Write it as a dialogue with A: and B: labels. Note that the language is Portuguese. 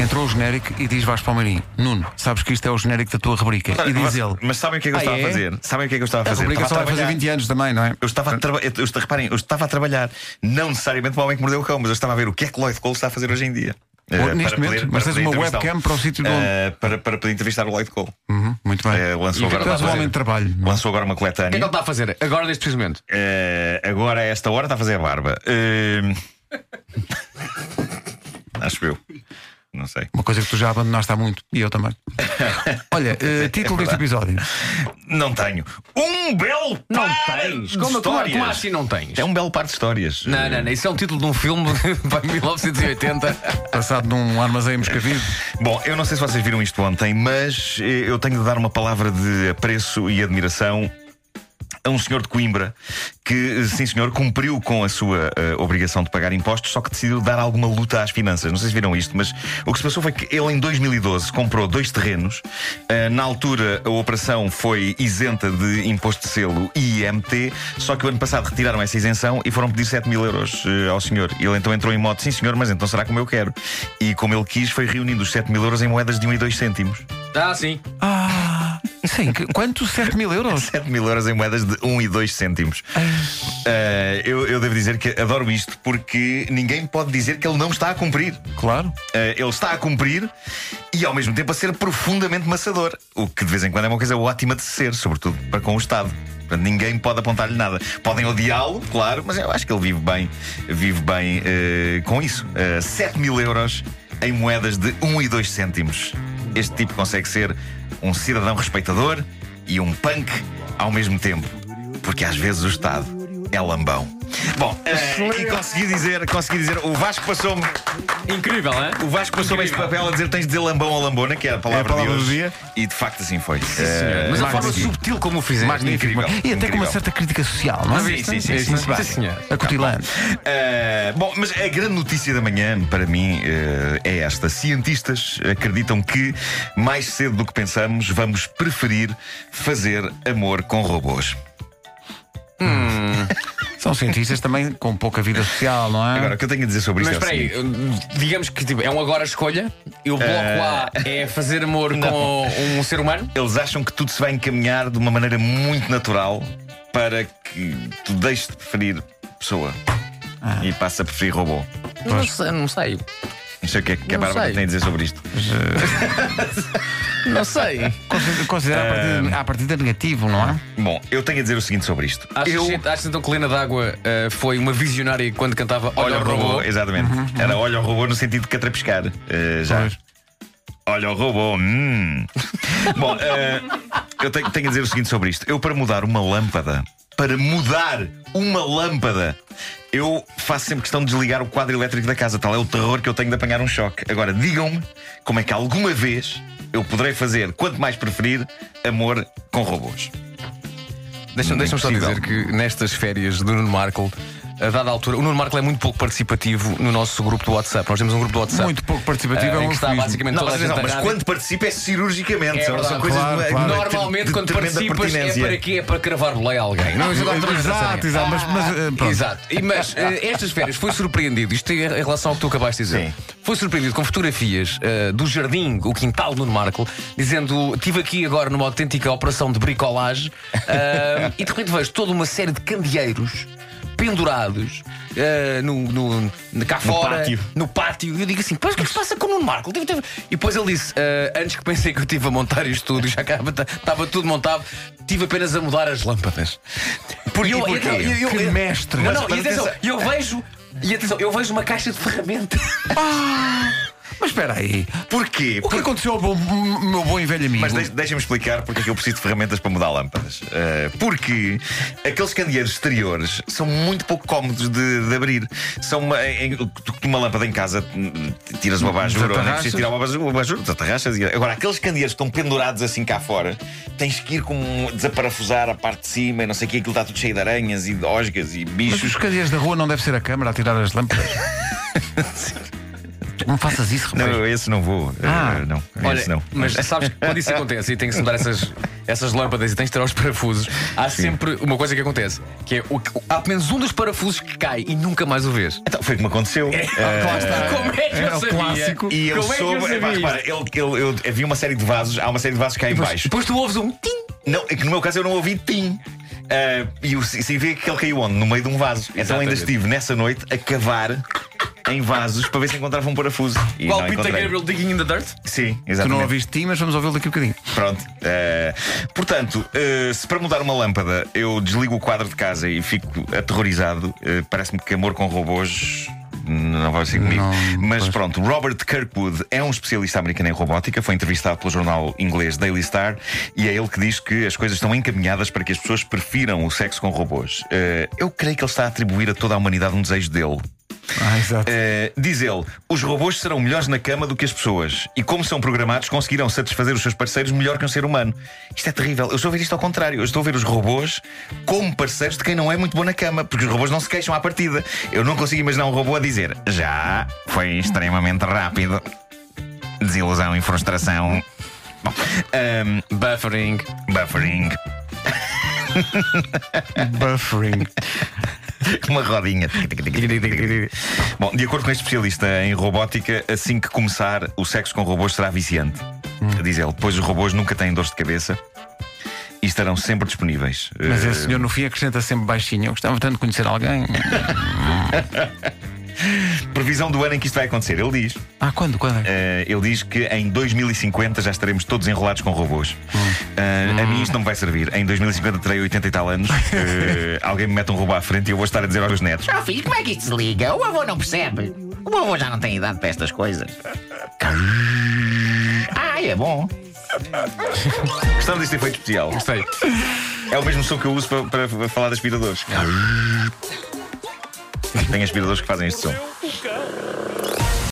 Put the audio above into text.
A: Entrou o genérico e diz Vais Palmeirinho Nuno, sabes que isto é o genérico da tua rubrica E diz ele
B: Mas sabem o que é que eu
C: Ah,
B: estava
C: é?
B: a fazer? Sabem o que é que eu estava a
A: A
B: fazer?
A: rubrica só
B: estava
A: vai fazer 20 anos também, não é?
B: Eu
C: Ah.
B: estava a trabalhar, eu, eu- reparem, eu estava a trabalhar, não necessariamente para o homem que mordeu o cão, mas eu estava a ver o que é que Lloyd Cole está a fazer hoje em dia. Eh,
A: Ou- neste
B: para
A: momento,
B: poder-
A: mas tens
B: para poder
A: uma
B: entrevistar-
A: webcam para o sítio de onde-
B: Eh, para, para poder entrevistar o Lloyd Cole.
C: Hum.
A: Uhum, muito bem
B: Eh, lançou
A: E Tu
B: agora
A: és
B: uma
A: um
B: coisa-
A: homem de trabalho não é?
B: Lançou agora uma
C: que é
B: coletânea.
C: que ele está a fazer agora, neste preciso momento?
B: Eh, agora, a esta hora, está a fazer a barba. Eh, acho eu. Não sei.
A: Uma coisa que tu já abandonaste há muito E eu também Olha,
B: É
A: eh, título deste episódio
B: Não tenho. Um belo
C: Não
B: par
C: tens.
B: de
C: Como, como,
B: histórias.
C: como assim não tens?
B: É um belo par de histórias.
C: Não, não, não. Isso é um título de um filme de 1980.
A: Passado num armazém moscavido
B: Bom, eu não sei se vocês viram isto ontem, mas eh, eu tenho de dar uma palavra de apreço e admiração a um senhor de Coimbra que, eh, sim senhor, cumpriu com a sua eh, obrigação de pagar impostos, só que decidiu dar alguma luta às finanças. Não sei se viram isto, mas o que se passou foi que ele, em 2012, comprou dois terrenos. Eh, na altura, a operação foi isenta de imposto de selo e IMT, só que o ano passado retiraram essa isenção e foram pedir 7 mil euros eh, ao senhor. E ele então entrou em modo, sim senhor, mas então será como eu quero. E como ele quis, foi reunindo os 7 mil euros em moedas de 1 e 2 cêntimos.
C: Ah, sim.
A: Ah, sim, que- quanto? 7 mil euros?
B: 7 mil euros em moedas de 1 e 2 cêntimos. Ah, eu, eu devo dizer que adoro isto porque ninguém pode dizer que ele não está a cumprir.
A: Claro
B: Ah, ele está a cumprir e ao mesmo tempo a ser profundamente maçador. O que de vez em quando é uma coisa ótima de ser, sobretudo para com o Estado. Portanto, ninguém pode apontar-lhe nada. Podem odiá-lo, claro, mas eu acho que ele vive bem, vive bem ah, com isso. Ah, 7 mil euros em moedas de 1 e 2 cêntimos. Este tipo consegue ser um cidadão respeitador e um punk ao mesmo tempo. Porque às vezes o Estado é lambão. Bom, eh, e consegui dizer, consegui dizer, o Vasco passou-me,
C: Incrível, hein?
B: o Vasco passou-me este papel a dizer tens de dizer lambão ou lambona, que é a palavra,
A: palavra
B: de
A: do
B: hoje.
A: dia.
B: E de facto assim foi. Eh,
C: Mas a forma
B: magnífico.
C: subtil como o fizeste.
B: Magnífico.
A: E até com uma
B: Incrível.
A: certa crítica social, não é?
B: Sim, sim, sim,
A: Muito
B: sim,
A: bem.
C: sim, senhor.
A: Acutilante
B: Uh, bom, mas a grande notícia da manhã para mim uh, é esta: cientistas acreditam que mais cedo do que pensamos vamos preferir fazer amor com robôs.
A: São cientistas também com pouca vida social, não é?
B: Agora, o que eu tenho a dizer sobre
C: Mas
B: isto é o
C: espera aí,
B: seguinte.
C: digamos que tipo, é um agora escolha. E o bloco A é fazer amor com um ser humano.
B: Eles acham que tudo se vai encaminhar de uma maneira muito natural para que tu deixes de preferir pessoa
C: Ah.
B: e passes a preferir robô.
C: Não sei, não sei.
B: Não sei o que é que a
C: Não
B: Bárbara
C: sei.
B: tem a dizer sobre isto.
C: Não sei.
A: Consider- Considerar a partida, à partida negativo, não é?
B: Bom, eu tenho a dizer o seguinte sobre isto.
C: Achas,
B: eu...
C: achas então que Lena d'Água eh, foi uma visionária quando cantava Olha, o robô?
B: é
C: Uhum,
B: Exatamente. Era olha o robô no sentido de catrapiscar. Eh, já.
A: Pois.
B: Olha o robô. hum. Bom, eh, eu tenho, tenho a dizer o seguinte sobre isto. Eu, para mudar uma lâmpada, para mudar uma lâmpada, eu faço sempre questão de desligar o quadro elétrico da casa. Tal é o terror que eu tenho de apanhar um choque. Agora, digam-me como é que alguma vez eu poderei fazer, quanto mais preferir, amor com robôs. é
C: Deixa- Deixa-me só dizer
B: Impossível.
C: que nestas férias do Nuno Marco, a dada altura, o Nuno Marco é muito pouco participativo no nosso grupo do WhatsApp. Nós temos um grupo do WhatsApp.
A: Muito pouco participativo,
C: eh,
A: é um
C: em que está
A: eufemismo.
C: basicamente
B: Não,
C: toda
B: mas,
C: a gente
B: não,
C: da
B: mas
C: rádio.
B: quando participa é cirurgicamente.
C: É
B: são,
C: verdade,
B: são coisas
A: claro,
B: de uma-
A: claro.
B: de uma-
C: Normalmente,
B: de
C: quando
B: tremenda
C: participas, é
B: pertinência. É,
C: para quê? É para cravar lei a alguém. Não, isso agora também já
A: Exato,
C: sabia.
A: exato, mas, mas, eh, pronto.
C: Exato. E, mas eh, estas férias foi surpreendido, isto em relação ao que tu acabaste de dizer.
B: Sim.
C: Foi surpreendido com fotografias eh, do jardim, o quintal do Nuno Marco, dizendo: Estive aqui agora numa autêntica operação de bricolagem eh, e de repente vejo toda uma série de candeeiros pendurados. eh, no, no, cá fora,
B: pátio.
C: no pátio, e eu digo assim: Pois o que é que se passa com o Nuno Marco? Deve ter-" E depois ele disse: "Eh, Antes que pensei que eu estive a montar isto tudo, já cá estava tudo montado, estive apenas a mudar as lâmpadas. Por,
B: E porquê?
A: Que mestre.
C: Mas não,
B: Mas
C: e atenção,
B: atenção-
C: eu vejo. E atenção, eu vejo uma caixa de ferramentas.
A: Mas espera aí.
B: Porquê?
A: O que aconteceu ao bom- m- meu bom e velho amigo?
B: Mas deix- deixa-me explicar porque é que eu preciso de ferramentas para mudar lâmpadas. Eh, porque aqueles candeeiros exteriores são muito pouco cómodos de, de abrir. São uma, em- tu- tu uma lâmpada em casa, hum, tiras uma abajura, ou nem
A: Desatarrachas.
B: precisas tirar uma abajura, uma abajura, desatarrachas e- Agora, aqueles candeeiros que estão pendurados assim cá fora, tens que ir com desaparafusar a parte de cima e não sei o que, aquilo está tudo cheio de aranhas e de osgas e
A: Mas os
B: bichos.
A: cadeias da rua não deve ser a câmara a tirar as lâmpadas. Tu não faças isso,
B: Não,
A: rapaz.
B: eu esse não vou. Eh,
A: Ah.
B: não, esse não.
C: mas sabes que quando isso acontece e tem que se mudar essas essas lâmpadas e tens de tirar os parafusos, há sempre uma coisa que acontece: que é o, o- há pelo menos um dos parafusos que cai e nunca mais o vês.
B: Então foi o que me aconteceu. Eh,
C: Como Ah, é que
A: É
C: eu
A: o
C: sabia?
A: clássico.
B: E ele
C: Como é que eu
B: soube.
C: sabia
B: epá, repara, ele, ele- eu- havia uma série de vasos, há uma série de vasos cá em
C: Depois,
B: baixo.
C: depois tu ouves um tim.
B: Não, é que no meu caso eu não ouvi tim. Ah, e o significa que ele caiu onde? No meio de um vaso. Então ainda
C: Exatamente.
B: estive nessa noite a cavar em vasos para ver se encontrava um parafuso. E
C: Qual
B: não
C: Peter
B: encontrei.
C: Gabriel digging in the dirt?
B: Sim,
A: Tu não
B: exatamente.
A: ouviste ti, mas vamos ouvi-lo daqui a bocadinho.
B: Pronto. eh, portanto, eh, se para mudar uma lâmpada eu desligo o quadro de casa e fico aterrorizado, eh, parece-me que amor com robôs. Não vai ser comigo.
A: Não,
B: Mas
A: pois.
B: pronto, Robert Kirkwood é um especialista americano em robótica, foi entrevistado pelo jornal inglês Daily Star e é ele que diz que as coisas estão encaminhadas para que as pessoas prefiram o sexo com robôs. Eh, eu creio que ele está a atribuir a toda a humanidade um desejo dele.
A: Ah, exato.
B: Eh, diz ele, os robôs serão melhores na cama do que as pessoas. E como são programados, conseguirão satisfazer os seus parceiros melhor que um ser humano. Isto é terrível. Eu estou a ver isto ao contrário. Eu estou a ver os robôs como parceiros de quem não é muito bom na cama, porque os robôs não se queixam à partida. Eu não consigo imaginar um robô a dizer já foi extremamente rápido. Desilusão e frustração. Bom, ehm,
C: Buffering.
B: buffering.
A: Buffering.
B: Uma rodinha. Bom, de acordo com este especialista em robótica, assim que começar, o sexo com robôs será viciante. Diz ele, pois os robôs nunca têm dores de cabeça e estarão sempre disponíveis.
A: Mas
B: Eh,
A: esse senhor no fim acrescenta sempre baixinho. Eu gostava tanto de conhecer alguém.
B: Previsão do ano em que isto vai acontecer, ele diz.
A: Ah, quando? Quando é?
B: Eh, ele diz que em 2050 já estaremos todos enrolados com robôs. Eh, a mim isto não me vai servir. Em 2050 terei 80 e tal anos. Eh, alguém me mete um robô à frente e eu vou estar a dizer aos meus netos.
D: Ó filho, como é que isto se liga? O avô não percebe. O avô já não tem idade para estas coisas. Ai, é bom.
B: Gostava deste efeito especial.
C: Gostei.
B: É o mesmo som que eu uso pa- para, para falar de aspiradores. Tem aspiradores que fazem este som.